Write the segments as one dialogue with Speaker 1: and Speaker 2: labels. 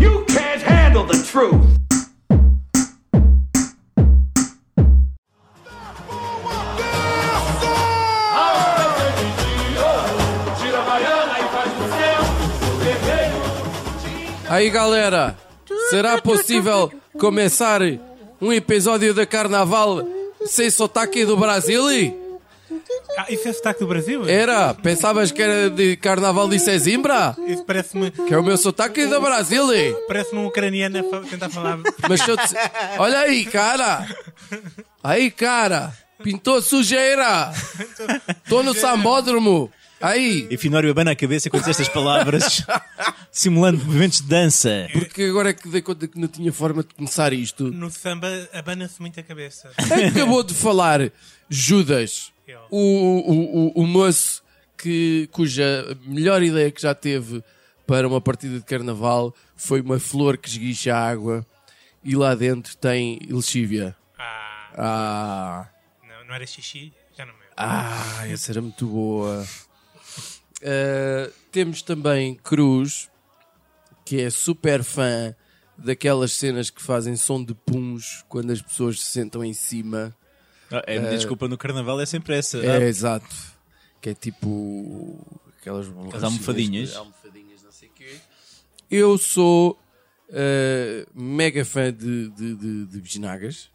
Speaker 1: You can't handle the truth.
Speaker 2: Aí galera, será possível começar um episódio de carnaval sem sotaque do Brasil?
Speaker 3: Ah, isso é sotaque do Brasil?
Speaker 2: Era? Pensavas que era de carnaval de Sesimbra?
Speaker 3: Isso parece-me
Speaker 2: Que é o meu sotaque do Brasil?
Speaker 3: parece um ucraniano a fa- tentar falar.
Speaker 2: Mas eu te... Olha aí, cara! Aí, cara! Pintou sujeira! Tô no sambódromo! Aí!
Speaker 4: Efinório abana a cabeça quando diz estas palavras, simulando movimentos de dança.
Speaker 2: Porque agora é que dei conta que não tinha forma de começar isto.
Speaker 3: No samba abana-se muito a cabeça.
Speaker 2: Acabou de falar Judas, o, o, o, o moço que, cuja melhor ideia que já teve para uma partida de carnaval foi uma flor que esguicha a água e lá dentro tem lexívia.
Speaker 3: Ah,
Speaker 2: Ah,
Speaker 3: não, não era xixi? Já não me lembro.
Speaker 2: ah essa era muito boa. Ah, temos também Cruz, que é super fã daquelas cenas que fazem som de puns quando as pessoas se sentam em cima.
Speaker 4: Ah, é, a minha desculpa no carnaval é sempre essa.
Speaker 2: É,
Speaker 4: Ah,
Speaker 2: exato. Que é tipo aquelas borrachinhas,
Speaker 4: almofadinhas.
Speaker 2: almofadinhas, não sei quê. Eu sou eh, mega fã de, de, de, de bisnagas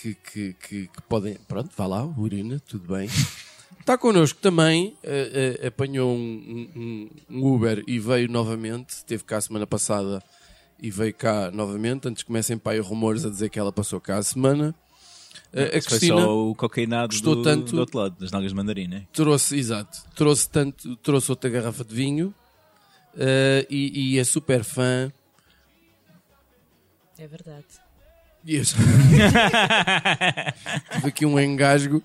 Speaker 2: que, que, que, que podem. Pronto, vá lá, urina, tudo bem. Está connosco também, eh, eh, apanhou um, um- um Uber e veio novamente, esteve cá a semana passada e veio cá novamente, antes que comecem para aí rumores a dizer que ela passou cá a semana. Eh, a
Speaker 4: isso foi
Speaker 2: Cristina-
Speaker 4: só o cocainado
Speaker 2: gostou
Speaker 4: do,
Speaker 2: tanto-
Speaker 4: do outro lado, das nalgas de né? mandarina.
Speaker 2: Trouxe, exato, trouxe tanto, trouxe outra garrafa de vinho eh, e, e é super fã.
Speaker 5: É verdade.
Speaker 2: E eu- tive aqui um engasgo,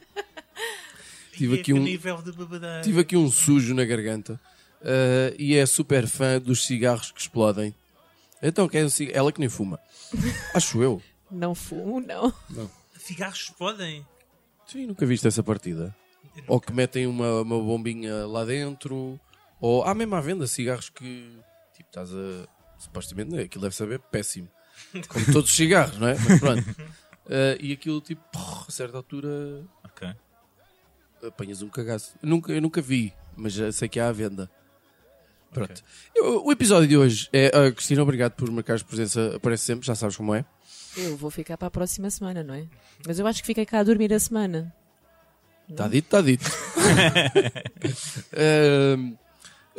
Speaker 2: tive
Speaker 3: E é
Speaker 2: aqui
Speaker 3: este
Speaker 2: um,
Speaker 3: nível de bebedeira.
Speaker 2: tive aqui um sujo na garganta Eh, e é super fã dos cigarros que explodem. Então, quer um cigarro? Ela que nem fuma, acho eu.
Speaker 5: Não fumo, não.
Speaker 3: Cigarros podem?
Speaker 2: Sim, nunca viste essa partida. Ou que metem uma, uma bombinha lá dentro, ou há mesmo à venda cigarros que tipo estás a. Supostamente né, aquilo deve saber péssimo. Como todos os cigarros, não é? Mas pronto. Eh, e aquilo tipo, porra, a certa altura
Speaker 4: Ok.
Speaker 2: apanhas um cagaço. Eu nunca, eu nunca vi, mas já sei que há à venda. Pronto. Eu- o episódio de hoje é. ah, Cristina, obrigado por marcares presença. Aparece sempre, já sabes como é.
Speaker 5: Eu vou ficar para a próxima semana, não é? Mas eu acho que fiquei cá a dormir a semana.
Speaker 2: Está Tá dito, está dito. Ahm,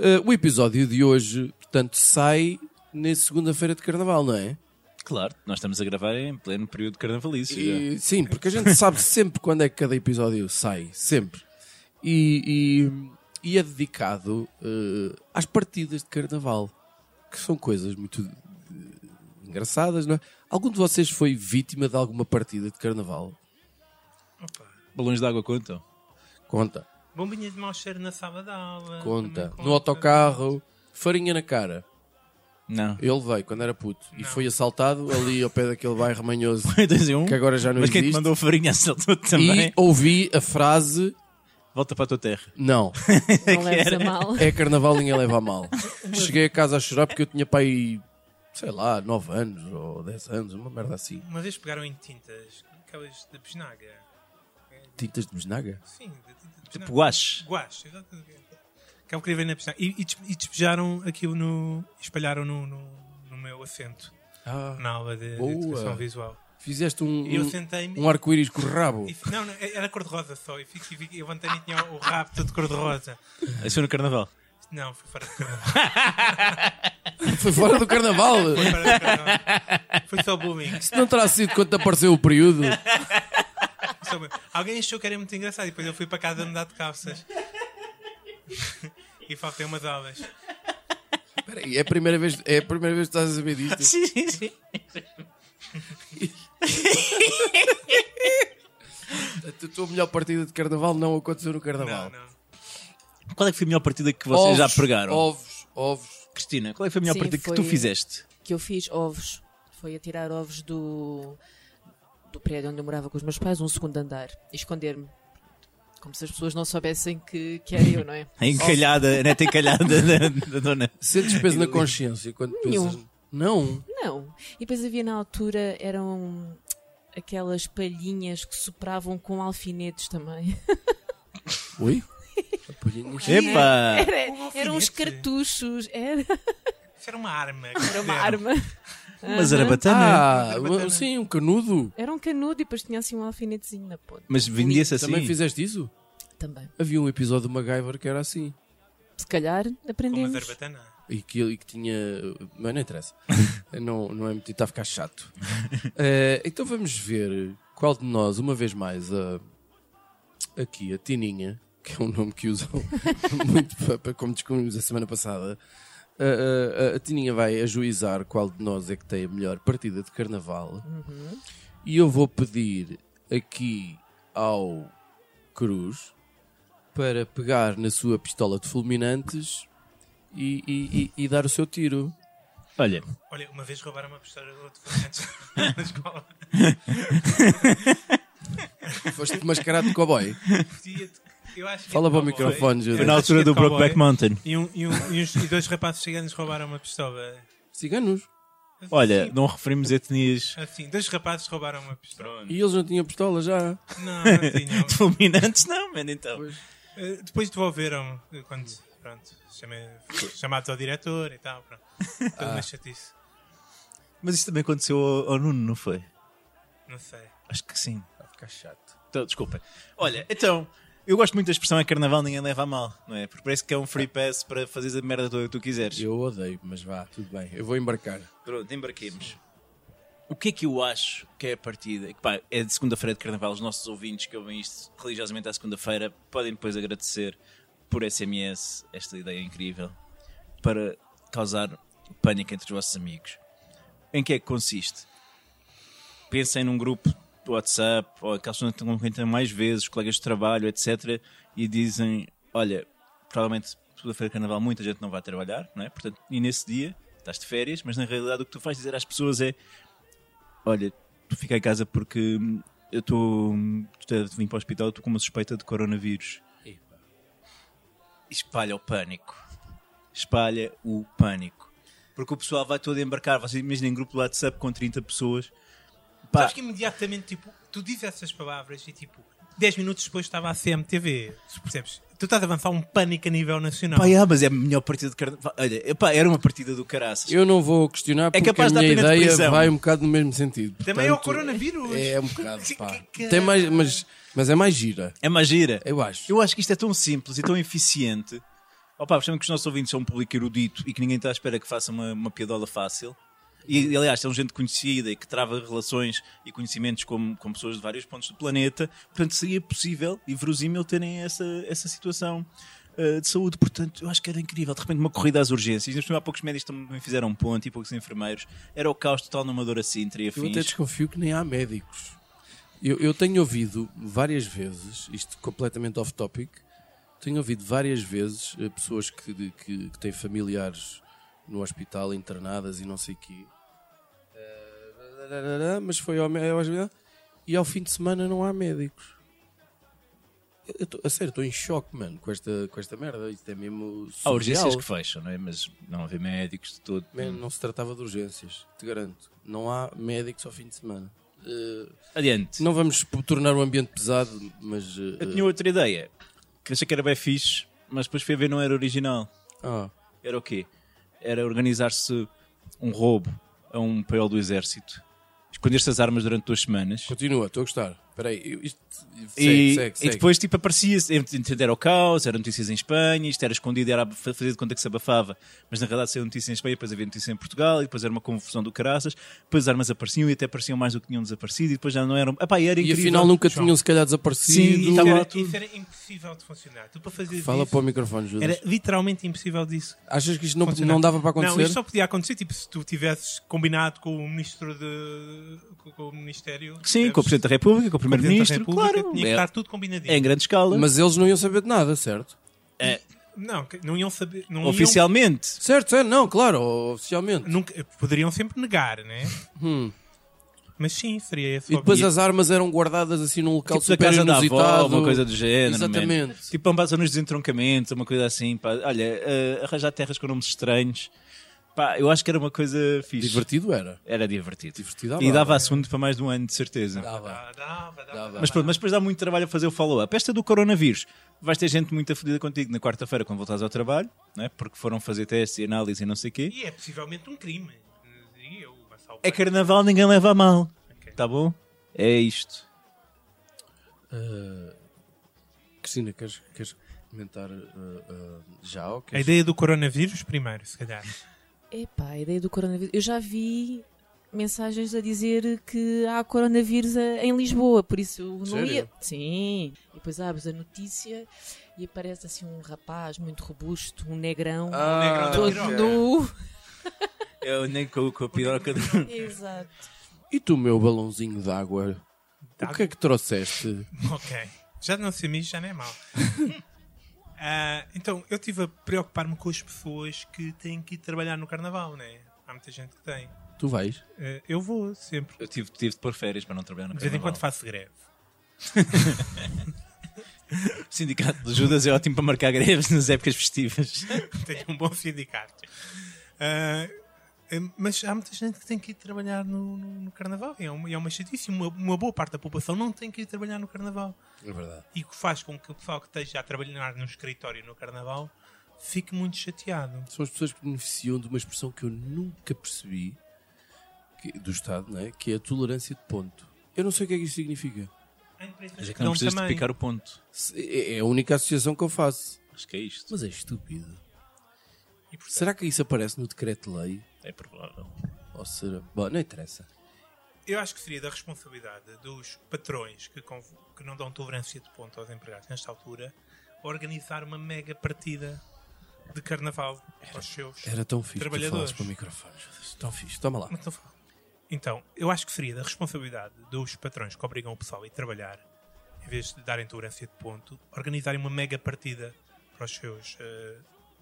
Speaker 2: ah, o episódio de hoje, portanto, sai na segunda-feira de carnaval, não é?
Speaker 4: Claro, nós estamos a gravar em pleno período carnavalício. já.
Speaker 2: E- sim, porque a gente sabe sempre quando é que cada episódio sai, sempre. E, e- e é dedicado eh, às partidas de carnaval, que são coisas muito eh, engraçadas, não é? Algum de vocês foi vítima de alguma partida de carnaval?
Speaker 4: Balões de água contam.
Speaker 2: Conta,
Speaker 3: Bombinha de mau cheiro na sala de aula.
Speaker 2: conta.
Speaker 3: também
Speaker 2: No autocarro, farinha na cara.
Speaker 4: Não.
Speaker 2: Ele veio quando era puto e foi assaltado ali ao pé daquele bairro manhoso
Speaker 4: Dois em um.
Speaker 2: que agora já não
Speaker 4: Mas quem te
Speaker 2: existe.
Speaker 4: mandou a farinha assaltou-te também.
Speaker 2: e ouvi a frase:
Speaker 4: Volta para a tua terra.
Speaker 2: Não,
Speaker 5: Não leves a mal.
Speaker 2: é carnaval, ninguém leva a mal. Cheguei a casa a chorar porque eu tinha pai, sei lá, 9 anos ou 10 anos, uma merda assim.
Speaker 3: Uma vez pegaram em tintas, aquelas de bisnaga.
Speaker 2: Tintas de besnaga?
Speaker 3: Sim, de tinta de
Speaker 4: Tipo
Speaker 3: bisnaga.
Speaker 4: guache.
Speaker 3: Guache, exatamente. Que é o que eu queria ver na bisnaga. E, e des- e despejaram aquilo no. espalharam no, no, no meu assento,
Speaker 2: Ah,
Speaker 3: na aula de, de
Speaker 2: Boa.
Speaker 3: educação visual.
Speaker 2: fizeste um,
Speaker 3: E eu
Speaker 2: um,
Speaker 3: sentei-me.
Speaker 2: um arco-íris com o rabo.
Speaker 3: e f- Não, não, era cor-de-rosa só. E fiquei, fiquei, eu levantei-me e tinha o o rabo todo cor-de-rosa.
Speaker 4: Isso foi no carnaval.
Speaker 3: Não, foi fora de carnaval.
Speaker 2: Foi fora do carnaval.
Speaker 3: Foi fora de carnaval. Foi só bullying.
Speaker 2: Isso não terá sido quando te apareceu o período.
Speaker 3: Só uma- Alguém achou que era muito engraçado e depois eu fui para casa mudar de calças. e faltei umas aulas.
Speaker 2: Espera aí, é a primeira vez, é a primeira vez que estás a saber disto. A tua melhor partida de carnaval não aconteceu no carnaval.
Speaker 3: Não, não.
Speaker 4: Qual é que foi a melhor partida que vocês já pregaram?
Speaker 2: Ovos, ovos.
Speaker 4: Cristina, qual é que foi a melhor
Speaker 5: Sim,
Speaker 4: partida
Speaker 5: foi-
Speaker 4: que tu fizeste?
Speaker 5: que eu fiz ovos. Foi a tirar ovos do, do prédio onde eu morava com os meus pais, um segundo andar, e esconder-me. Como se as pessoas não soubessem que, que era eu, não é?
Speaker 4: A encalhada, a neta encalhada né? da, da dona.
Speaker 2: Sentes peso na consciência quando
Speaker 5: Nenhum.
Speaker 2: pensas. Não.
Speaker 5: Não. E depois havia na altura, eram aquelas palhinhas que sopravam com alfinetes também.
Speaker 2: Oi? Apolinhas.
Speaker 4: Epa!
Speaker 5: Era-
Speaker 3: alfinete?
Speaker 5: eram uns cartuchos, era,
Speaker 3: Isso era uma arma.
Speaker 5: era uma arma.
Speaker 4: Uma zarabatana.
Speaker 2: Ah, um- sim, um canudo.
Speaker 5: Era um canudo e depois tinha assim um alfinetezinho na ponta.
Speaker 4: Mas vendia-se assim.
Speaker 2: Também fizeste isso?
Speaker 5: Também.
Speaker 2: Havia um episódio do MacGyver que era assim.
Speaker 5: Se calhar
Speaker 3: Com uma
Speaker 5: aprendemos.
Speaker 3: zarbatana.
Speaker 2: E que, e que tinha. Mas não interessa. não, não é muito. Está a ficar chato. Eh, então vamos ver qual de nós, uma vez mais, a, aqui, a Tininha, que é um nome que usam muito para- para, como descobrimos a semana passada. A, a- a Tininha vai ajuizar qual de nós é que tem a melhor partida de carnaval. E eu vou pedir aqui ao Cruz para pegar na sua pistola de fulminantes e, e- e- e dar o seu tiro.
Speaker 4: Olha,
Speaker 3: Olha, uma vez roubaram uma pistola do outro fulminante na escola.
Speaker 2: Foste mascarado de cowboy.
Speaker 3: Eu acho que é
Speaker 2: Fala para o
Speaker 3: Cowboy. é
Speaker 2: microfone, Judith.
Speaker 4: foi na altura do Brokeback Mountain.
Speaker 3: E, um, e, um, e, uns- e dois rapazes ciganos roubaram uma pistola.
Speaker 2: Ciganos.
Speaker 4: Olha, não referimos etnias
Speaker 3: Assim, dois rapazes roubaram uma pistola.
Speaker 2: E eles não tinham pistola já.
Speaker 3: Não, não tinham.
Speaker 4: fulminantes, não, mano, então.
Speaker 3: Eh, Depois devolveram eh, quando, pronto, chamei, fui chamado ao diretor e tal, pronto. Tudo
Speaker 2: Ah.
Speaker 3: uma chatice.
Speaker 4: Mas isso também aconteceu ao, ao Nuno, não foi?
Speaker 3: Não sei.
Speaker 2: Ah.
Speaker 4: Acho que sim.
Speaker 2: Está a ficar chato.
Speaker 4: Então, desculpa. Olha, então, eu gosto muito da expressão é carnaval, ninguém leva a mal, não é? Porque parece que é um free pass para fazeres a merda toda que tu quiseres.
Speaker 2: Eu odeio, mas vá, tudo bem. Eu vou embarcar.
Speaker 4: Pronto, embarquemos. O que é que eu acho que é a partida? Que, pá, é de segunda-feira de carnaval. Os nossos ouvintes que ouvem isto religiosamente à segunda-feira podem depois agradecer por SMS esta ideia incrível para causar pânico entre os vossos amigos. Em que é que consiste? Pensem num grupo do WhatsApp ou aquelas pessoas que estão com quem estão mais vezes, os colegas de trabalho, etc. E dizem: Olha, provavelmente segunda-feira de carnaval muita gente não vai trabalhar, não é? Portanto, e nesse dia estás de férias, mas na realidade o que tu vais dizer às pessoas é: Olha, tu fica em casa porque hum, eu estou. vim para o hospital, estou com uma suspeita de coronavírus. Espalha o pânico. Espalha o pânico. Porque o pessoal vai todo embarcar. Vocês imaginem um grupo do WhatsApp com 30 pessoas. Pá,
Speaker 3: Acho que imediatamente, tipo, tu dizes essas palavras e, tipo, 10 minutos depois estava a CMTV. Percebes? Tu estás a avançar um pânico a nível nacional.
Speaker 4: Pá, ah, mas é a melhor partida de carnaval. Olha, pá, era uma partida do caraças.
Speaker 2: Eu não vou questionar porque
Speaker 4: É capaz de
Speaker 2: a
Speaker 4: dar
Speaker 2: minha
Speaker 4: pena de
Speaker 2: ideia
Speaker 4: prisão.
Speaker 2: vai um bocado no mesmo sentido.
Speaker 3: Também é o
Speaker 2: Portanto,
Speaker 3: coronavírus.
Speaker 2: É um bocado, pá.
Speaker 3: Que- que-
Speaker 2: Tem mais, mas, mas é mais gira,
Speaker 4: É uma gira.
Speaker 2: eu acho.
Speaker 4: Eu acho que isto é tão simples e tão eficiente. Opa, percebem que os nossos ouvintes são um público erudito e que ninguém está à espera que faça uma, uma piadola fácil. E, aliás, são gente conhecida e que trava relações e conhecimentos com, com pessoas de vários pontos do planeta. Portanto, seria possível e verosímil terem essa, essa situação ah, de saúde. Portanto, eu acho que era incrível. De repente, uma corrida às urgências. Neste momento, há poucos médicos também fizeram um ponto e poucos enfermeiros. Era o caos total numa dor assim, teria
Speaker 2: Eu até
Speaker 4: fins.
Speaker 2: desconfio que nem há médicos. Eu, eu tenho ouvido várias vezes, isto completamente off-topic, tenho ouvido várias vezes eh, pessoas que, de- que- que têm familiares no hospital, internadas e não sei o quê. Eh, Mas foi ao, mé- ao hospital e ao fim de semana não há médicos. Eu- eu tô- a sério, estou em choque, mano, com esta, com esta merda. Isto é mesmo.
Speaker 4: Há urgências
Speaker 2: surreal.
Speaker 4: que fecham, não é? Mas não havia médicos de todo.
Speaker 2: Man, não se tratava de urgências, te garanto. Não há médicos ao fim de semana. Eh,
Speaker 4: Adiante.
Speaker 2: não vamos p- tornar o ambiente pesado, mas. eh,
Speaker 4: Eu tinha
Speaker 2: eh,
Speaker 4: outra ideia. Que achei que era bem fixe, mas depois fui a ver não era original.
Speaker 2: ah,
Speaker 4: Era o quê? Era organizar-se um roubo a um paiol do exército. Esconder-se as armas durante duas semanas.
Speaker 2: continua, estou a gostar. Espera aí, eu- isto. Segue,
Speaker 4: E,
Speaker 2: segue,
Speaker 4: e
Speaker 2: segue.
Speaker 4: depois tipo, aparecia-se, ent- ent- era o caos, era notícias em Espanha, isto era escondido, era fazer de conta que se abafava, mas na realidade saiu notícia em Espanha, depois havia notícia em Portugal, e depois era uma confusão do caraças, depois as armas apareciam e até apareciam mais do que tinham desaparecido, e depois já não eram. Epá, era
Speaker 2: E
Speaker 4: é incrível.
Speaker 2: afinal nunca
Speaker 3: João.
Speaker 2: tinham se calhar
Speaker 4: Sim,
Speaker 2: desaparecido.
Speaker 4: e
Speaker 3: isso,
Speaker 4: tava-
Speaker 3: era,
Speaker 4: tudo.
Speaker 3: isso era impossível de funcionar. Tu para fazer
Speaker 2: Fala
Speaker 3: isso,
Speaker 2: para o microfone, Judas.
Speaker 3: era literalmente impossível disso
Speaker 2: Achas que isto não,
Speaker 3: funcionar.
Speaker 2: não dava para acontecer?
Speaker 3: Não, isto só podia acontecer tipo, se tu tivesses combinado com o ministro de. com, com o Ministério.
Speaker 4: Sim, com o Presidente da República, com o
Speaker 3: Presidente da
Speaker 2: É,
Speaker 4: Primeiro-Ministro,
Speaker 3: República,
Speaker 4: claro.
Speaker 3: Tinha que
Speaker 4: É,
Speaker 3: estar tudo combinadinho.
Speaker 4: é em grande escala.
Speaker 2: Mas eles não iam saber de nada, certo?
Speaker 4: É,
Speaker 3: Não, que não iam saber. Não iam-
Speaker 4: Oficialmente.
Speaker 2: Certo, certo, não, claro, oficialmente.
Speaker 3: nunca, poderiam sempre negar, né? Mas sim, seria esse
Speaker 2: E
Speaker 3: o
Speaker 2: depois
Speaker 3: objetivo.
Speaker 2: as armas eram guardadas assim num local
Speaker 4: Tipo da
Speaker 2: super
Speaker 4: casa da
Speaker 2: inusitado.
Speaker 4: avó, uma coisa do género. man.
Speaker 2: Exatamente.
Speaker 4: Tipo, pá, zonas de desentroncamento, uma coisa assim. Pá. Olha, eh, arranjar terras com nomes estranhos. Pá, eu acho que era uma coisa fixe.
Speaker 2: Divertido era.
Speaker 4: Era divertido.
Speaker 2: Divertido à
Speaker 4: e dava
Speaker 2: brava.
Speaker 4: assunto para mais de um ano, de certeza.
Speaker 2: Dava.
Speaker 3: Ah, dava, dava.
Speaker 2: Dava.
Speaker 4: Mas pronto, mas depois dá muito trabalho a fazer o follow-up. Esta do coronavírus. Vais ter gente muito afodida contigo na quarta-feira quando voltares ao trabalho, né? porque foram fazer testes e análise e não sei o quê.
Speaker 3: E é possivelmente um crime. Diria eu, Gonçalo
Speaker 4: É
Speaker 3: Paiva.
Speaker 4: carnaval, ninguém leva a mal.
Speaker 3: Ok.
Speaker 4: Tá bom? É isto.
Speaker 2: Cristina, queres, queres comentar ah, ah, já? Ou
Speaker 3: A
Speaker 2: queres...
Speaker 3: ideia do coronavírus, primeiro, se calhar.
Speaker 5: Epá, a ideia do coronavírus. Eu já vi mensagens a dizer que há coronavírus a- em Lisboa, por isso eu não
Speaker 2: Sério?
Speaker 5: ia. Sim. E depois abres a notícia e aparece assim um rapaz muito robusto, um negrão,
Speaker 2: Ah,
Speaker 5: todo nu.
Speaker 4: Eu nem com, com a piroca. do-
Speaker 5: Exato.
Speaker 4: É-
Speaker 2: e tu, meu balãozinho d'água? O que é que trouxeste?
Speaker 3: Ok. Já não ser mijo já não é mau. Ah, então, eu estive a preocupar-me com as pessoas que têm que ir trabalhar no carnaval, né? Há muita gente que tem.
Speaker 2: Tu vais?
Speaker 3: Ah, eu vou sempre.
Speaker 4: Eu tive, tive de pôr férias para não trabalhar no
Speaker 3: De vez em
Speaker 4: carnaval.
Speaker 3: quando faço greve.
Speaker 4: O sindicato de Judas é ótimo para marcar greves nas épocas festivas.
Speaker 3: Tenho um bom sindicato. Ah, ah, mas há muita gente que tem que ir trabalhar no, no- no carnaval. É uma, é uma chatice. Uma, uma boa parte da população não tem que ir trabalhar no carnaval.
Speaker 2: É verdade.
Speaker 3: E que faz com que o pessoal que esteja a trabalhar no escritório no carnaval fique muito chateado.
Speaker 2: São as pessoas que beneficiam de uma expressão que eu nunca percebi que- do Estado, né? que é a tolerância de ponto. Eu não sei o que é que isto significa.
Speaker 3: Há empresas
Speaker 4: Mas é que
Speaker 3: que
Speaker 4: não
Speaker 3: dão
Speaker 4: precisas de
Speaker 3: também.
Speaker 4: picar o ponto.
Speaker 2: Se- É é a única associação que eu faço.
Speaker 4: Acho que é isto.
Speaker 2: Mas é estúpido.
Speaker 3: E, portanto,
Speaker 2: Será que isso aparece no decreto-lei?
Speaker 4: É provável.
Speaker 2: Ou será. Bom, não interessa.
Speaker 3: Eu acho que seria da responsabilidade dos patrões que, conv- que não dão tolerância de ponto aos empregados nesta altura organizar uma mega partida de carnaval aos seus.
Speaker 2: Era tão fixe que tu
Speaker 3: Trabalhadores.
Speaker 2: falasses para o microfone. Judas. Tão fixe. Toma lá.
Speaker 3: Mas não fala. Então, eu acho que seria da responsabilidade dos patrões que obrigam o pessoal a ir trabalhar, em vez de darem tolerância de ponto, organizarem uma mega partida para os seus eh,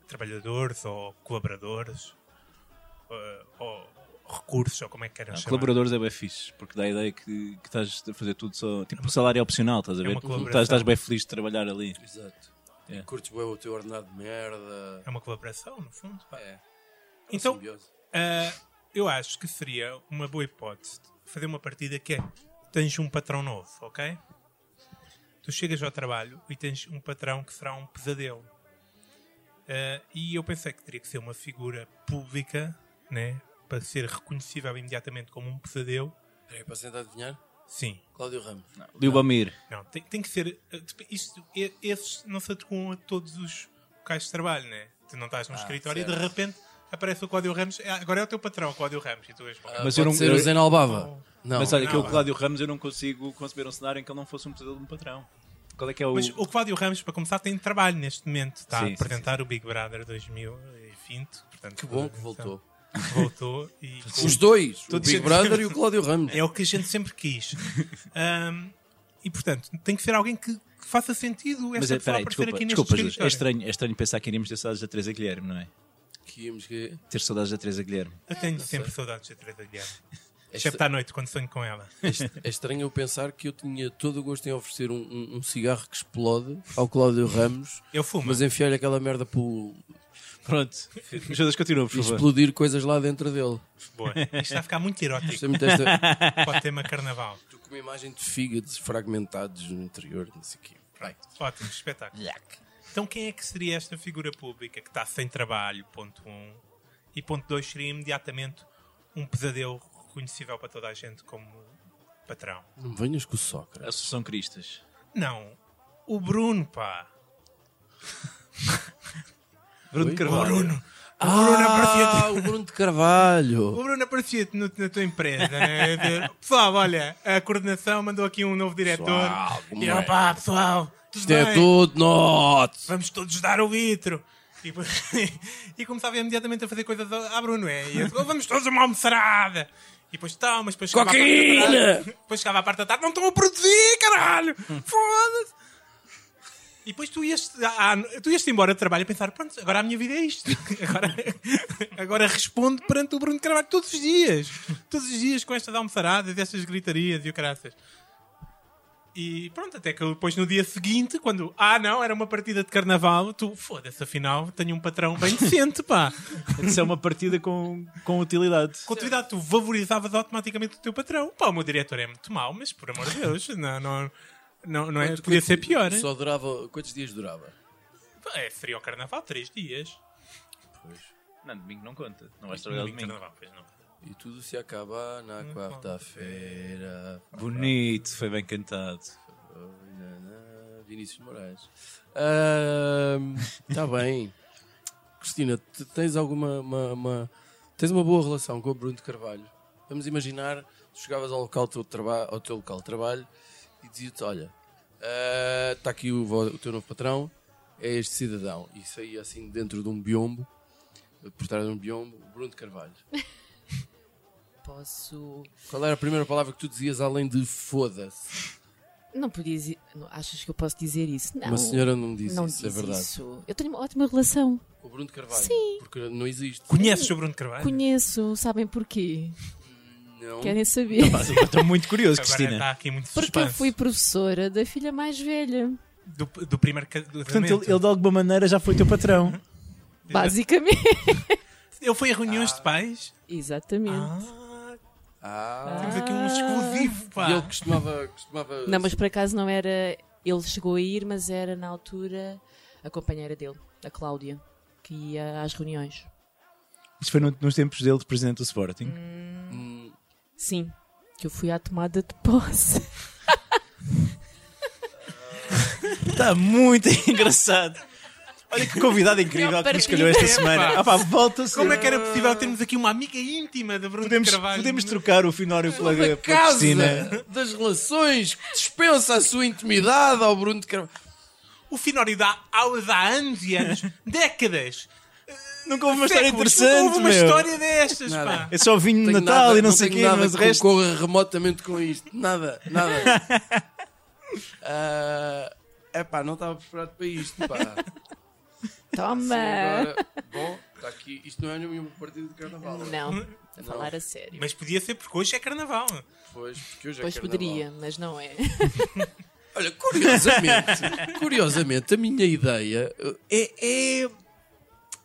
Speaker 3: trabalhadores ou colaboradores eh, ou recursos, ou como é que querem
Speaker 4: Ah,
Speaker 3: chamar.
Speaker 4: colaboradores é bem fixe, porque dá a ideia que, que estás a fazer tudo só. Tipo, o salário é opcional, estás a ver?
Speaker 3: uma
Speaker 4: Tu
Speaker 3: colaboração.
Speaker 4: estás, estás bem feliz de trabalhar ali.
Speaker 2: Exato.
Speaker 4: É.
Speaker 2: Curtes bem o teu ordenado de merda.
Speaker 3: É uma colaboração, no fundo. pá.
Speaker 2: É.
Speaker 3: Então,
Speaker 2: simbiose.
Speaker 3: Ah, eu acho que seria uma boa hipótese fazer uma partida que é: tens um patrão novo, ok? Tu chegas ao trabalho e tens um patrão que será um pesadelo. Ah, e eu pensei que teria que ser uma figura pública, né? Para ser reconhecível imediatamente como um pesadelo.
Speaker 2: Espera aí, para sentar a adivinhar?
Speaker 3: Sim.
Speaker 2: Cláudio Ramos.
Speaker 4: Lubamir.
Speaker 3: Não, tem, tem que ser. ah, dep- Isto, e- esses não se adequam a todos os locais de trabalho, né? Tu não estás num escritório e de
Speaker 2: certo.
Speaker 3: repente aparece o Código Ramos. Ah, Agora é o teu patrão, o Cláudio Ramos. E tu és,
Speaker 2: Ah,
Speaker 4: Mas
Speaker 2: pode
Speaker 4: eu não-
Speaker 2: ser o
Speaker 4: eu-
Speaker 2: Zé Albava. Não.
Speaker 4: Mas olha, que
Speaker 3: não,
Speaker 4: o
Speaker 3: é.
Speaker 4: Cláudio Ramos eu não consigo conceber um cenário em que ele não fosse um pesadelo de um patrão. Qual é que é o.
Speaker 3: Mas o Cláudio Ramos, para começar, tem trabalho neste momento. Está
Speaker 4: Sim,
Speaker 3: a
Speaker 4: sim,
Speaker 3: apresentar o Big Brother 2020. Portanto, então,
Speaker 2: que bom que voltou.
Speaker 3: Voltou e
Speaker 2: Os dois, o
Speaker 3: Todos
Speaker 2: Big
Speaker 3: os-
Speaker 2: Brother e o Cláudio Ramos.
Speaker 3: é o que a gente sempre quis. Ahm, e, portanto, tem que ser alguém que, que faça sentido esta
Speaker 4: Mas é,
Speaker 3: pessoa
Speaker 4: peraí,
Speaker 3: aparecer
Speaker 4: desculpa,
Speaker 3: aqui neste
Speaker 4: desculpa Júlio, é,
Speaker 3: escritório.
Speaker 4: estranho, é estranho pensar que iríamos ter saudades da Teresa Guilherme, não é?
Speaker 3: um-
Speaker 2: Que íamos que-
Speaker 4: Ter saudades da Teresa Guilherme.
Speaker 3: Eu tenho sempre saudades da Teresa Guilherme.
Speaker 2: Esta-
Speaker 3: Excepto à noite, quando sonho com ela.
Speaker 2: É estranho eu pensar que eu tinha todo o gosto em oferecer um, um- um cigarro que explode ao Cláudio Ramos,
Speaker 3: Eu fumo.
Speaker 2: mas é- enfiar-lhe aquela merda pelo,
Speaker 4: Pronto, Judas, continua,
Speaker 2: e
Speaker 4: por favor.
Speaker 2: explodir coisas lá dentro dele.
Speaker 3: Boa. Isto está a ficar muito erótico
Speaker 2: Gostei muito desta.
Speaker 3: para o tema carnaval.
Speaker 2: Estou com uma imagem de fígados fragmentados no interior, não sei o quê. Vai.
Speaker 3: Ótimo, espetáculo. Então quem é que seria esta figura pública que está sem trabalho, ponto 1? Um, e ponto 2 seria imediatamente um pesadelo reconhecível para toda a gente como patrão.
Speaker 2: Não me venhas com o Sócrates.
Speaker 4: Associação Cristas.
Speaker 3: Não, o Bruno, pá.
Speaker 4: Bruno
Speaker 2: Oi?
Speaker 4: Carvalho.
Speaker 3: Bruno. é
Speaker 2: Ah, o Bruno de Carvalho.
Speaker 3: O Bruno aparecia-te no- na tua empresa, né? A dizer, Pessoal, olha, a coordenação mandou aqui um novo diretor.
Speaker 2: Pessoal, como
Speaker 3: E
Speaker 2: é?
Speaker 3: opá, pessoal, tudo
Speaker 2: Isto é
Speaker 3: bem?
Speaker 2: tudo nosso.
Speaker 3: vamos todos dar o litro. Tipo, e começava imediatamente a fazer coisas à Bruno, é? E eu, "Oh, vamos todos a uma almoçarada. E depois tal, mas depois chegava à parte da tarde-
Speaker 2: Cocaína!
Speaker 3: Depois chegava à parte da tarde, não estão a produzir, caralho! Foda-se! E depois tu ias, à- à- tu ias embora de trabalho a pensar, pronto, agora a minha vida é isto. Agora, agora respondo perante o Bruno Carvalho todos os dias. Todos os dias com estas almoçaradas, estas gritarias e o caraças. E pronto, até que eu depois no dia seguinte, quando, ah não, era uma partida de carnaval, tu, foda-se, afinal tenho um patrão bem decente, pá.
Speaker 4: Isso é uma partida com, com utilidade.
Speaker 3: Com a tua idade, tu valorizavas automaticamente o teu patrão. Pá, o meu diretor é muito mau, mas por amor de Deus, não, não, não, não é, podia ser pior. hein?
Speaker 2: Só durava. Quantos dias durava?
Speaker 3: É, seria o carnaval, três dias.
Speaker 4: Não, domingo não conta. Não vais trabalhar
Speaker 3: Domingo,
Speaker 4: domingo.
Speaker 3: carnaval, pois não.
Speaker 2: E tudo se acaba na
Speaker 3: Hum,
Speaker 2: quarta-feira.
Speaker 4: Bonito, foi bem cantado.
Speaker 2: Ah, Vinícius de Moraes. Está bem. Cristina, te- tens alguma. uma- uma- tens uma boa relação com o Bruno de Carvalho? Vamos imaginar, tu chegavas ao, local do teu traba- ao teu local de trabalho e dizia-te: Olha, está aqui o, vo- o teu novo patrão, é este cidadão. E saía assim dentro de um biombo, por trás de um biombo, o Bruno de Carvalho.
Speaker 5: Posso.
Speaker 2: Qual era a primeira palavra que tu dizias além de foda-se?
Speaker 5: Não podia dizer. não, Achas que eu posso dizer isso? Não.
Speaker 2: Uma senhora não me disse
Speaker 5: não
Speaker 2: isso,
Speaker 5: diz
Speaker 2: é verdade.
Speaker 5: isso. Eu tenho uma ótima relação.
Speaker 2: Com o Bruno de Carvalho?
Speaker 5: Sim.
Speaker 2: Porque não existe.
Speaker 3: Conheces o Bruno Carvalho?
Speaker 5: Conheço, sabem porquê?
Speaker 3: Hum?
Speaker 2: Não.
Speaker 5: Querem saber?
Speaker 4: Estou muito curioso,
Speaker 3: Agora
Speaker 4: Cristina.
Speaker 3: está aqui muito
Speaker 5: Porque eu
Speaker 3: Então suspense.
Speaker 5: fui professora da filha mais velha,
Speaker 3: do, do primeiro ca- do
Speaker 6: Portanto,
Speaker 3: casamento.
Speaker 6: ele, ele de alguma maneira já foi teu patrão.
Speaker 5: basicamente.
Speaker 3: Ele foi a reuniões de pais.
Speaker 5: Exatamente.
Speaker 3: Ah,
Speaker 2: Ah.
Speaker 3: temos aqui um exclusivo, pá.
Speaker 2: E ele costumava. costumava
Speaker 5: Não, mas por acaso não era. Ele chegou a ir, mas era na altura a companheira dele, a Cláudia, que ia às reuniões.
Speaker 6: Isto foi no- nos tempos dele de presidente do Sporting.
Speaker 2: Hum,
Speaker 5: Sim, que eu fui à tomada de posse.
Speaker 4: Está muito engraçado. Olha que convidado incrível que nos escolheu esta semana. Ah, pá, volta-se.
Speaker 3: Como é que era possível termos aqui uma amiga íntima do Bruno
Speaker 6: Podemos,
Speaker 3: Carvalho?
Speaker 6: podemos trocar o Finório pela, pela Cristina.
Speaker 2: casa das relações que dispensa a sua intimidade ao Bruno de Carvalho.
Speaker 3: O Finório dá aulas há anos e anos, décadas.
Speaker 6: Nunca houve uma
Speaker 3: séculos,
Speaker 6: história interessante,
Speaker 3: Houve uma
Speaker 6: meu.
Speaker 3: história destas,
Speaker 2: Nada.
Speaker 3: pá.
Speaker 6: É só vinho de
Speaker 2: Tenho
Speaker 6: Natal
Speaker 2: nada-
Speaker 6: e não, sei o
Speaker 2: tenho
Speaker 6: quê,
Speaker 2: nada
Speaker 6: mas o
Speaker 2: que
Speaker 6: resto...
Speaker 2: concorra remotamente com isto. Nada, nada. Ah, epá, não estava preparado para isto, pá. Sim,
Speaker 5: Toma!
Speaker 2: agora, bom, está aqui. Isto não é nenhuma partida de carnaval.
Speaker 5: Não, a falar a sério.
Speaker 3: Mas podia ser porque hoje é carnaval.
Speaker 2: Pois, porque hoje é
Speaker 5: Pois
Speaker 2: carnaval.
Speaker 5: poderia, mas não é.
Speaker 2: Olha, curiosamente, curiosamente, a minha ideia uh, é, é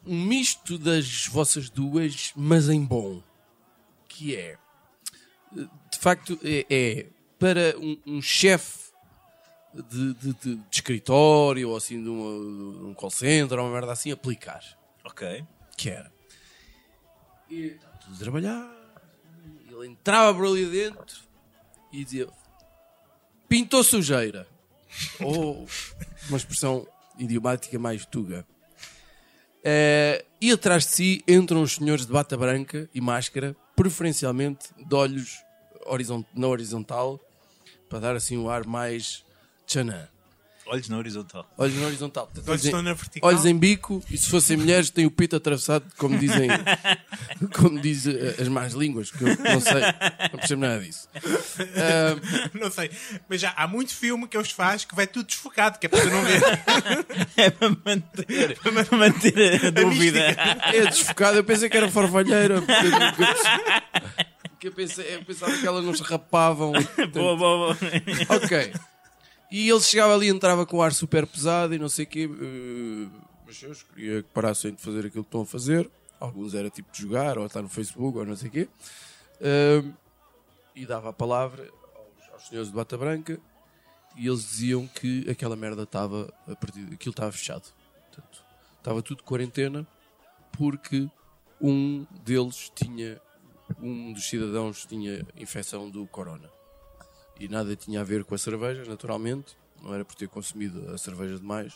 Speaker 2: um misto das vossas duas, mas em bom. Que é, uh, de facto, é, é para um, um chefe de, de- de- de escritório ou assim de, uma- de um call center ou uma merda assim aplicar.
Speaker 4: Ok.
Speaker 2: Que era. E estava tudo a trabalhar. Ele entrava por ali dentro e dizia: pintou sujeira. Ou uma expressão idiomática mais tuga. Eh, e atrás de si entram os senhores de bata branca e máscara, preferencialmente de olhos horizon- na horizontal, para dar assim o ar mais tchanã.
Speaker 4: Olhos na horizontal.
Speaker 2: Olhos na horizontal.
Speaker 3: Olhos estão na vertical.
Speaker 2: é. Olhos em bico e se fossem mulheres têm o pito atravessado, como dizem, como dizem as más línguas, que eu não sei, não percebo nada disso.
Speaker 3: Não sei. Mas já há muito filme que eles fazem que vai tudo desfocado, que é para tu não ver.
Speaker 4: É para manter,
Speaker 6: é
Speaker 4: para manter a dúvida.
Speaker 2: É desfocado, eu pensei que era farfalheira. porque eu- Que eu, pensei, eu pensava que elas não se rapavam.
Speaker 4: Boa, boa, boa.
Speaker 2: Ok. E ele chegava ali, entrava com o ar super pesado e não sei o quê. eh, Mas eu queria que parassem de fazer aquilo que estão a fazer. Alguns era tipo de jogar, ou estar no Facebook, ou não sei o quê. Ahm, e dava a palavra aos, aos senhores de Bata Branca e eles diziam que aquela merda estava a partir aquilo estava fechado. Portanto, estava tudo de quarentena porque um deles tinha um dos cidadãos tinha infecção do corona e nada tinha a ver com a cerveja, naturalmente, não era por ter consumido a cerveja demais.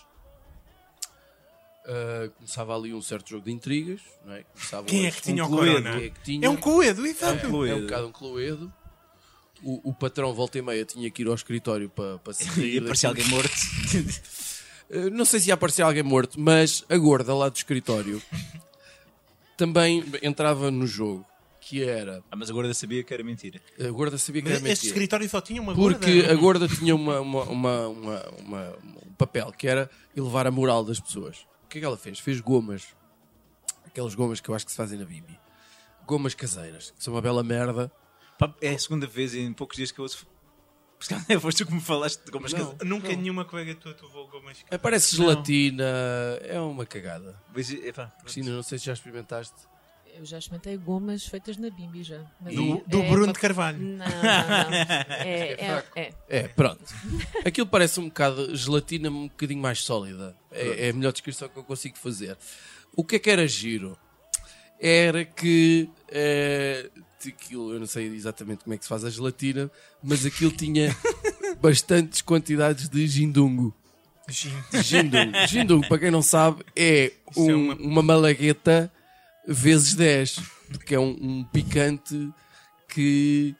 Speaker 2: Ah, começava ali um certo jogo de intrigas, não é? Começava
Speaker 3: Quem é
Speaker 2: as-
Speaker 3: que tinha
Speaker 2: um
Speaker 3: o
Speaker 2: cluedo,
Speaker 3: corona?
Speaker 2: quem é que tinha?
Speaker 3: É um coedo, exato.
Speaker 2: É um bocado um cluedo. O, o patrão volta e meia tinha que ir ao escritório para, para se
Speaker 4: E
Speaker 2: rir.
Speaker 4: aparecia alguém morto.
Speaker 2: Eh, Não sei se ia aparecer alguém morto, mas a gorda lá do escritório também entrava no jogo. que era.
Speaker 4: Ah, mas a gorda sabia que era mentira.
Speaker 2: A gorda sabia que
Speaker 3: Mas
Speaker 2: era
Speaker 3: este
Speaker 2: mentira.
Speaker 3: escritório só tinha uma
Speaker 2: Porque
Speaker 3: gorda.
Speaker 2: a gorda tinha uma, uma, uma- uma- uma- um papel que era elevar a moral das pessoas. O que é que ela fez? Fez gomas. Aquelas gomas que eu acho que se fazem na Bimbi. Gomas caseiras, que são uma bela merda.
Speaker 4: Pá, é a segunda vez em poucos dias que eu ouço. Se calhar não foste tu que me falaste de como as
Speaker 2: Não.
Speaker 4: coisas.
Speaker 3: Nunca nenhuma colega tua tu voltou, mas.
Speaker 2: Aparece gelatina, é uma cagada.
Speaker 4: Mas, epá, pronto.
Speaker 2: Cristina, não sei se já experimentaste.
Speaker 5: Eu já experimentei gomas feitas na Bimbi já. Mas
Speaker 3: Do,
Speaker 5: é-
Speaker 3: do
Speaker 5: é
Speaker 3: Bruno
Speaker 5: uma-
Speaker 3: de Carvalho.
Speaker 5: Não, não, não. É, é,
Speaker 2: fraco.
Speaker 5: é.
Speaker 2: É, pronto. Aquilo parece um bocado gelatina, um bocadinho mais sólida. É, é a melhor descrição que eu consigo fazer. O que é que era giro? Era que. eh, aquilo, eu não sei exatamente como é que se faz a gelatina, mas aquilo tinha bastantes quantidades de gindungo. Gindungo. Gindungo, para quem não sabe, é,
Speaker 3: Isso é
Speaker 2: um-
Speaker 3: uma-
Speaker 2: uma malagueta vezes 10, porque é um, um picante que,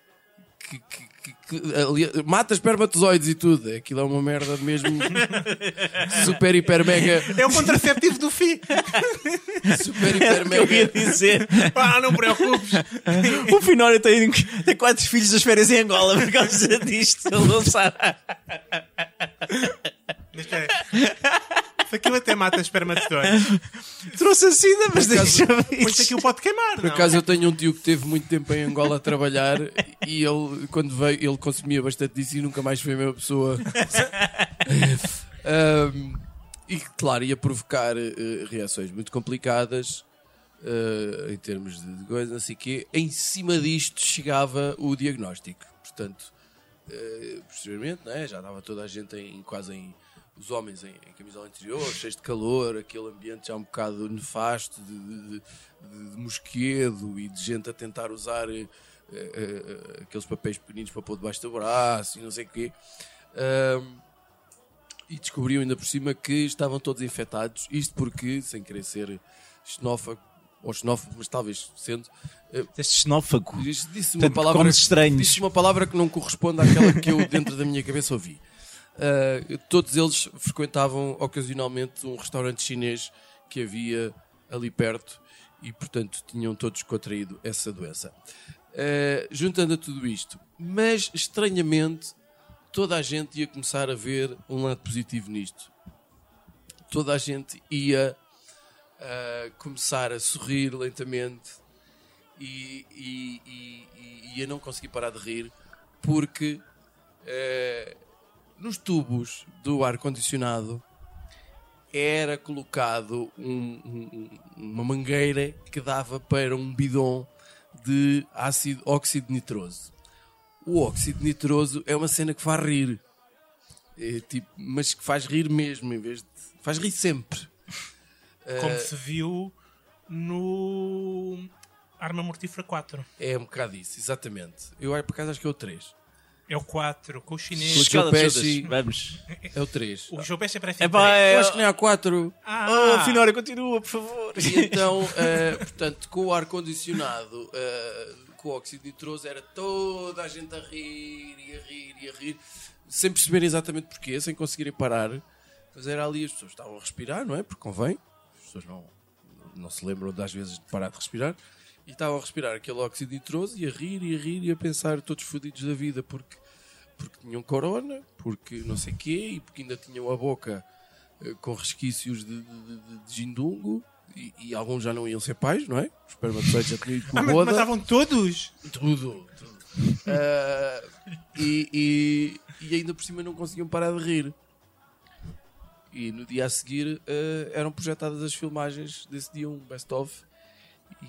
Speaker 2: que, que- que- que- ali- mata espermatozoides e tudo. Aquilo é uma merda mesmo super, hiper, mega,
Speaker 3: É o contraceptivo do FI.
Speaker 2: super, hiper,
Speaker 4: Eu ia
Speaker 2: mega.
Speaker 4: dizer.
Speaker 3: Ah, não preocupes.
Speaker 4: O Finório tem, tem quatro filhos das férias em Angola por causa disto. Ele não sabe.
Speaker 3: Mas espera aí. Se aquilo até mata espermatozoides,
Speaker 4: Trouxe a sida, mas deixa
Speaker 3: pois aquilo pode queimar.
Speaker 2: Por
Speaker 3: não?
Speaker 2: acaso eu tenho um tio que teve muito tempo em Angola a trabalhar e ele, quando veio, ele consumia bastante disso e nunca mais foi a mesma pessoa. Ahm, e claro, ia provocar eh, reações muito complicadas eh, em termos de de coisa, não sei o quê. Em cima disto chegava o diagnóstico. Portanto, eh, posteriormente, né, já estava toda a gente em, quase em. Os homens em, em camisola interior, cheios de calor, aquele ambiente já um bocado nefasto de, de- de- de- de mosquedo e de gente a tentar usar eh, eh, eh, aqueles papéis pequeninos para pôr debaixo do braço e não sei o quê. Ahm, e descobriu ainda por cima que estavam todos infectados. Isto porque, sem querer ser xenófago, ou xenófobo, mas talvez sendo, eh,
Speaker 4: Este xenófago.
Speaker 2: disse disse uma
Speaker 4: Portanto,
Speaker 2: palavra
Speaker 4: comes estranhos.
Speaker 2: disse uma palavra que não corresponde àquela que eu dentro da minha cabeça ouvi. Ah, todos eles frequentavam ocasionalmente um restaurante chinês que havia ali perto e, portanto, tinham todos contraído essa doença. Ah, juntando a tudo isto, mas estranhamente toda a gente ia começar a ver um lado positivo nisto. Toda a gente ia ah, começar a sorrir lentamente, e, e, e- e- e eu não consegui parar de rir porque eh, nos tubos do ar-condicionado era colocado um- um- um- uma mangueira que dava para um bidon de ácido óxido nitroso. O óxido nitroso é uma cena que faz rir, É tipo, mas que faz rir mesmo, em vez de. faz rir sempre. eh,
Speaker 3: Como se viu no Arma Mortífera 4.
Speaker 2: É um bocado isso, exatamente. Eu, por acaso, acho que é o 3.
Speaker 3: É o 4, com
Speaker 2: Com
Speaker 3: o chinês.
Speaker 2: o Joe Pesci.
Speaker 4: assim. Vamos.
Speaker 2: É o 3.
Speaker 3: O João Pesce parece
Speaker 4: É pá,
Speaker 2: Eu
Speaker 4: é.
Speaker 2: acho que nem há quatro.
Speaker 3: Ah,
Speaker 4: Oh, Finório, continua, por favor.
Speaker 2: E então, eh, portanto, com o ar-condicionado, eh, com o óxido nitroso, era toda a gente a rir e a rir e a rir, sem perceberem exatamente porquê, sem conseguirem parar. Mas era ali, as pessoas estavam a respirar, não é? Porque convém, as pessoas não, não se lembram das vezes de parar de respirar. E estavam a respirar aquele óxido nitroso e a rir e a rir e a pensar, todos fodidos da vida, porque, porque tinham corona, porque não sei quê, e porque ainda tinham a boca eh, com resquícios de, de, de- de- de gindungo e, e alguns já não iam ser pais, não é? Os espermatozoides já tinham ido com
Speaker 3: ah,
Speaker 2: o
Speaker 3: mas
Speaker 2: Roda.
Speaker 3: matavam todos.
Speaker 2: Tudo, tudo. Ah, e, e- e ainda por cima não conseguiam parar de rir. E no dia a seguir ah, eram projetadas as filmagens desse dia um best-of.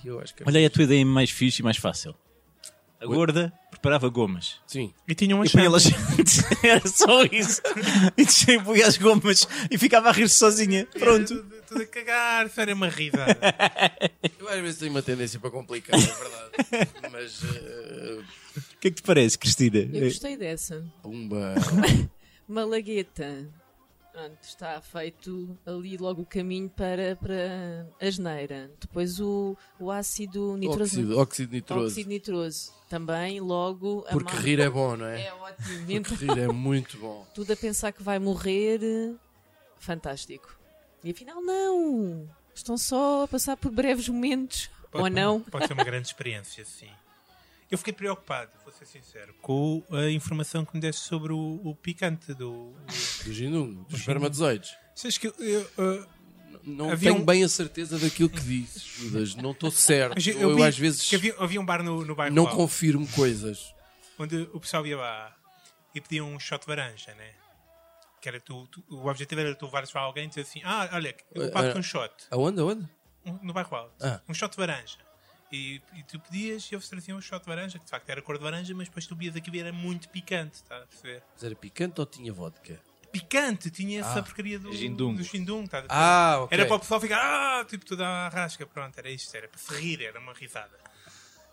Speaker 2: E eu acho que. é
Speaker 4: Olha aí a tua ideia é mais fixe e mais fácil. A gorda preparava gomas.
Speaker 2: Sim.
Speaker 3: E tinham uma
Speaker 4: E punha
Speaker 3: chance.
Speaker 4: elas. Era só isso. E distribuía as gomas e ficava a rir sozinha. Pronto.
Speaker 3: Tudo, tudo a cagar, só era uma rida.
Speaker 2: Eu às vezes tenho uma tendência para complicar, é verdade. Mas. ah,
Speaker 4: O que é que te parece, Cristina? Eh,
Speaker 5: Eu gostei dessa.
Speaker 2: pumba.
Speaker 5: Malagueta. Pronto, está feito ali logo o caminho para, para a geneira. Depois o, o ácido nitroso. é?
Speaker 2: Óxido, óxido nitroso.
Speaker 5: Óxido nitroso. Também logo a
Speaker 2: Porque
Speaker 5: mal-
Speaker 2: rir é bom, não é?
Speaker 5: É ótimo.
Speaker 2: Porque
Speaker 5: Então,
Speaker 2: rir é muito bom.
Speaker 5: tudo a pensar que vai morrer. Fantástico. E afinal, não! Estão só a passar por breves momentos Ou não?
Speaker 3: Pode ser uma grande experiência, sim. Eu fiquei preocupado, vou ser sincero, com a informação que me deste sobre o, o picante do. o-
Speaker 2: Do ginungo, dos espermatozoides.
Speaker 3: Sabes que eu. eu, ah,
Speaker 2: Não
Speaker 3: Havia
Speaker 2: tenho
Speaker 3: um-
Speaker 2: bem a certeza daquilo que dizes, Judas. Não estou certo.
Speaker 3: mas
Speaker 2: Eu,
Speaker 3: vi
Speaker 2: às vezes
Speaker 3: que havia, havia um bar no, no bairro
Speaker 2: não
Speaker 3: Alto,
Speaker 2: confirmo coisas.
Speaker 3: onde o pessoal ia lá e pedia um shot de laranja, né? Que era tu, tu- o objetivo era tu levares para alguém e dizer assim: Ah, olha, eu pago-te
Speaker 2: ah,
Speaker 3: um shot.
Speaker 2: Aonde? Aonde?
Speaker 3: um- no bairro alto,
Speaker 2: Ah.
Speaker 3: um shot de laranja. E, e tu pedias e eles traziam um shot de laranja, que de facto era cor de laranja, mas depois tu bebias aquilo e era muito picante, está a perceber?
Speaker 2: Mas era picante ou tinha vodka?
Speaker 3: Picante, tinha essa porcaria do
Speaker 4: Gindung.
Speaker 3: do gindung, está a perceber?
Speaker 2: Ah, ok.
Speaker 3: Era para o pessoal ficar, ah, tipo, toda a rasca, pronto, era isto, era para se rir, era uma risada.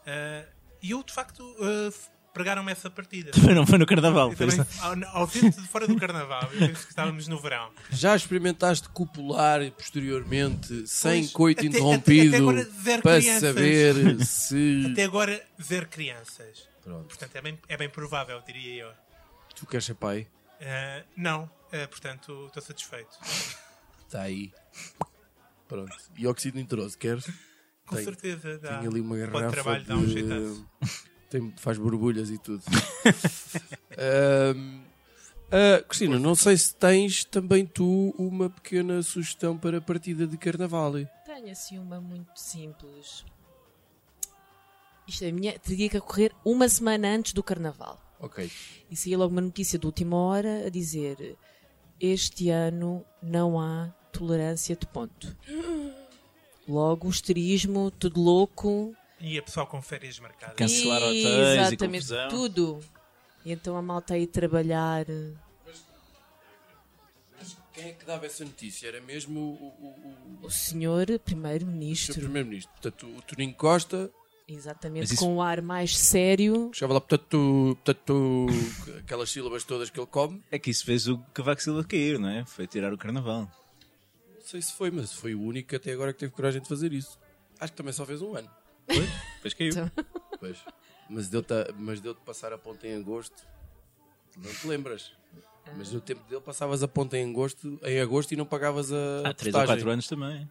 Speaker 3: Ah, e eu, de facto, ah, f- pregaram-me essa partida.
Speaker 6: Foi não foi no carnaval.
Speaker 3: Eu
Speaker 6: Foi isso.
Speaker 3: também, ao, ao tempo de fora do carnaval, eu penso que estávamos no verão.
Speaker 2: Já experimentaste copular posteriormente, sem
Speaker 3: Pois,
Speaker 2: coito
Speaker 3: até- até- até
Speaker 2: interrompido,
Speaker 3: agora zero
Speaker 2: para
Speaker 3: crianças.
Speaker 2: saber se
Speaker 3: Até agora, ver crianças.
Speaker 2: Pronto.
Speaker 3: Portanto, é bem, é bem provável, diria eu.
Speaker 2: tu queres ser pai?
Speaker 3: Ah, não, Ah, portanto estou satisfeito.
Speaker 2: Está Tá aí. Pronto. E óxido nitroso, queres?
Speaker 3: Com
Speaker 2: Tenho-
Speaker 3: certeza dá.
Speaker 2: Tenho ali uma
Speaker 3: Pode
Speaker 2: garrafa
Speaker 3: trabalho,
Speaker 2: de...
Speaker 3: dá um jeitaço.
Speaker 2: Tem- faz borbulhas e tudo. Ahm, ah, Cristina, não sei se tens também tu uma pequena sugestão para a partida de carnaval.
Speaker 5: Tenho assim uma muito simples. Isto é minha. Teria que ocorrer uma semana antes do carnaval.
Speaker 2: Ok.
Speaker 5: E saía logo uma notícia de última hora a dizer: Este ano não há tolerância de ponto. Logo, histerismo, tudo louco.
Speaker 3: E a pessoa com férias marcadas.
Speaker 4: Cansa- Cancelar hotéis e
Speaker 5: Exatamente,
Speaker 4: confusão.
Speaker 5: tudo. E então a malta aí trabalhar.
Speaker 2: Quem é que dava essa notícia? Era mesmo o,
Speaker 5: O senhor
Speaker 2: Sr.
Speaker 5: primeiro-ministro,
Speaker 2: Primeiro-Ministro. Portanto, o Toninho Costa,
Speaker 5: exatamente,
Speaker 4: Mas isso-
Speaker 5: com um ar mais sério.
Speaker 2: que chegava lá, portanto, portanto, aquelas sílabas todas que ele come.
Speaker 4: É que isso fez o Cavaco Silva cair, não é? Foi tirar o carnaval.
Speaker 2: Não sei se foi, mas foi o único até agora que teve coragem de fazer isso. Acho que também só fez um ano.
Speaker 4: Depois caiu.
Speaker 5: Então-
Speaker 2: Pois. Mas deu-te a- mas deu-te passar a ponta em agosto. Não te lembras? Mas no tempo dele passavas a ponta em agosto, em agosto e não pagavas a
Speaker 4: Há 3 ou
Speaker 2: postagem.
Speaker 4: 4 anos também.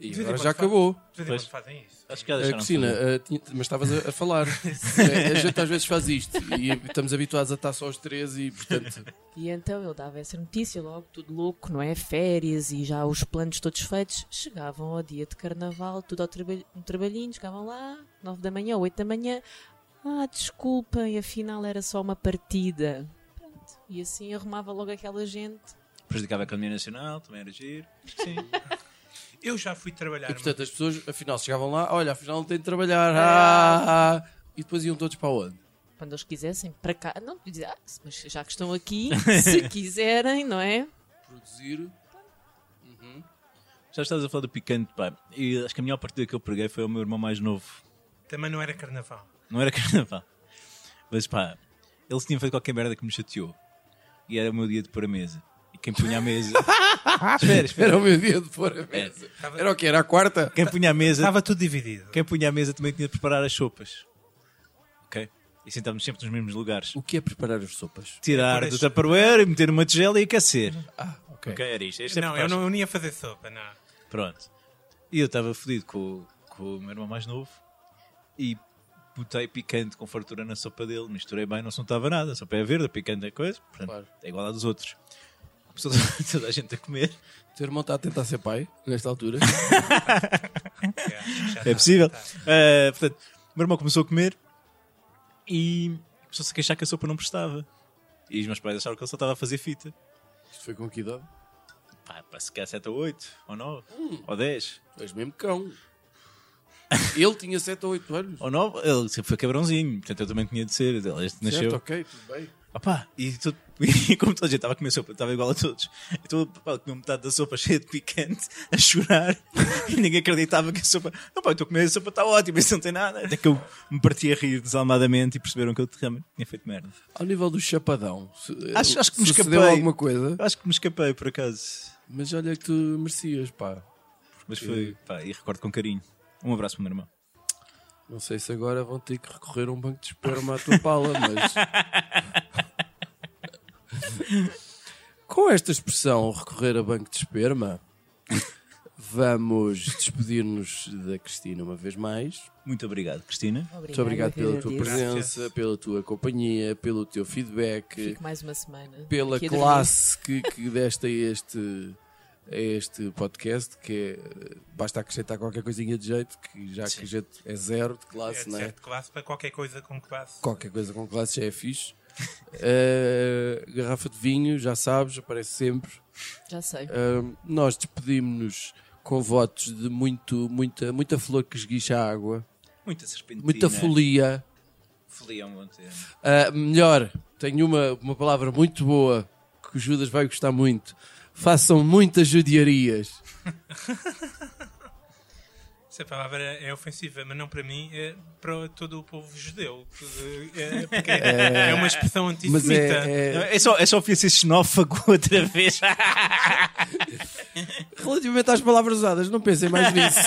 Speaker 2: E
Speaker 3: De vez em
Speaker 2: agora
Speaker 3: quando
Speaker 2: já
Speaker 3: fazem-
Speaker 2: acabou.
Speaker 3: De vez em
Speaker 4: Pois.
Speaker 3: quando fazem isso.
Speaker 4: Acho que já
Speaker 2: Ah,
Speaker 4: deixaram. de
Speaker 2: Cristina,
Speaker 4: fazer.
Speaker 2: ah, tinha- mas estavas a, a falar. a, a gente às vezes faz isto e estamos habituados a estar só aos três e, portanto,
Speaker 5: E então ele dava essa notícia logo, tudo louco, não é? Férias e já os planos todos feitos. Chegavam ao dia de carnaval, tudo ao traba um trabalhinho, chegavam lá, 9 da manhã, 8 da manhã. Ah, desculpem, afinal era só uma partida. Pronto. E assim arrumava logo aquela gente.
Speaker 4: Prejudicava a economia nacional, também era giro. Acho que Sim.
Speaker 3: Eu já fui trabalhar.
Speaker 2: e, portanto as pessoas afinal chegavam lá, olha, afinal não tem de trabalhar. ah, ah, ah." e depois iam todos para onde?
Speaker 5: Quando eles quisessem, para cá. Não, dizia, ah, mas já que estão aqui, se quiserem, não é?
Speaker 2: Produzir.
Speaker 4: Já estavas a falar do picante, pá. E acho que a melhor partida que eu preguei foi ao meu irmão mais novo.
Speaker 3: Também não era carnaval.
Speaker 4: Não era carnaval. Mas pá, ele tinha feito qualquer merda que me chateou. E era o meu dia de pôr a mesa. E quem punha a mesa. espera, espera.
Speaker 2: Era o meu dia de
Speaker 4: É.
Speaker 2: pôr a mesa. Era o quê? Era a quarta?
Speaker 4: Quem punha a mesa,
Speaker 3: Estava tudo dividido.
Speaker 4: quem punha a mesa também tinha de preparar as sopas. Ok? E sentávamos sempre nos mesmos lugares.
Speaker 2: O que é preparar as sopas?
Speaker 4: Tirar
Speaker 3: Por
Speaker 4: do
Speaker 3: isso-
Speaker 4: Tupperware e meter numa tigela e aquecer.
Speaker 2: Ah, ok.
Speaker 4: Ok, era isto. Este é
Speaker 3: Não, eu
Speaker 4: preparar-
Speaker 3: não, eu não ia fazer sopa, não.
Speaker 4: Pronto. E eu estava fodido com, o- com o meu irmão mais novo e botei picante com fartura na sopa dele, misturei bem, não soltava nada, a sopa é verde, a picante é coisa, portanto,
Speaker 2: Claro.
Speaker 4: é igual à dos outros. Começou toda, toda a gente a comer.
Speaker 2: O teu irmão está a tentar ser pai, nesta altura.
Speaker 3: Já- já
Speaker 4: É
Speaker 3: tá,
Speaker 4: possível.
Speaker 3: tá.
Speaker 4: Ah, portanto, o meu irmão começou a comer e começou-se a queixar que a sopa não prestava. E os meus pais acharam que ele só estava a fazer fita.
Speaker 2: Isto foi com que idade?
Speaker 4: Pá, para se calhar 7 ou 8, ou 9, ou 10,
Speaker 2: Tu és mesmo cão. Ele tinha 7 ou 8 anos.
Speaker 4: ou 9, ele sempre foi cabrãozinho, portanto eu também tinha de ser, ele este nasceu.
Speaker 2: Certo, ok, tudo bem.
Speaker 4: Opá, e, tu- e como toda a gente estava a comer sopa, estava igual a todos. Então opá, eu comia metade da sopa cheia de picante, a chorar, e ninguém acreditava que a sopa. Não, pá, eu estou a comer a sopa, está ótima, isso não tem nada. Até É que eu me parti a rir desalmadamente e perceberam que eu realmente tinha feito merda.
Speaker 2: Ao nível do chapadão, se, eh,
Speaker 4: Acho- acho que me
Speaker 2: sucedeu
Speaker 4: escapei.
Speaker 2: alguma coisa,
Speaker 4: Eu acho que me escapei por acaso,
Speaker 2: mas olha que tu merecias, pá.
Speaker 4: mas foi, pá, e recordo com carinho. Um abraço para o meu irmão.
Speaker 2: Não sei se agora vão ter que recorrer a um banco de esperma à tua pala, mas. Com esta expressão, recorrer a banco de esperma, Vamos despedir-nos da Cristina uma vez mais.
Speaker 4: Muito obrigado, Cristina.
Speaker 2: Muito obrigado pela
Speaker 5: Obrigada,
Speaker 2: tua
Speaker 5: agradeço.
Speaker 2: presença, pela tua companhia, pelo teu feedback,
Speaker 5: Fico mais uma semana.
Speaker 2: pela
Speaker 5: aqui a dormir.
Speaker 2: classe que, que deste a este, a este podcast, que é, basta acrescentar qualquer coisinha de jeito, que já que a gente é zero de
Speaker 3: É
Speaker 2: classe,
Speaker 3: de
Speaker 2: não é?
Speaker 3: certo classe para qualquer coisa com classe.
Speaker 2: Qualquer coisa com classe já é fixe. Eh, garrafa de vinho, já sabes, aparece sempre.
Speaker 5: Já sei.
Speaker 2: Ahm, nós despedimos-nos com votos de muito, muita, muita flor que esguicha a água,
Speaker 4: Muita serpentina.
Speaker 2: muita
Speaker 5: né?
Speaker 2: folia.
Speaker 4: Folia é um bom termo.
Speaker 2: Ah, melhor, tenho uma, uma palavra muito boa que o Judas vai gostar muito. Façam muitas judiarias.
Speaker 3: Essa palavra é ofensiva, mas não para mim, é para todo o povo judeu. que, é, porque é uma expressão
Speaker 2: Mas
Speaker 3: antissemita.
Speaker 2: é, é-
Speaker 6: É só, é só ser xenófago outra vez.
Speaker 2: relativamente às palavras usadas, não pensem mais nisso.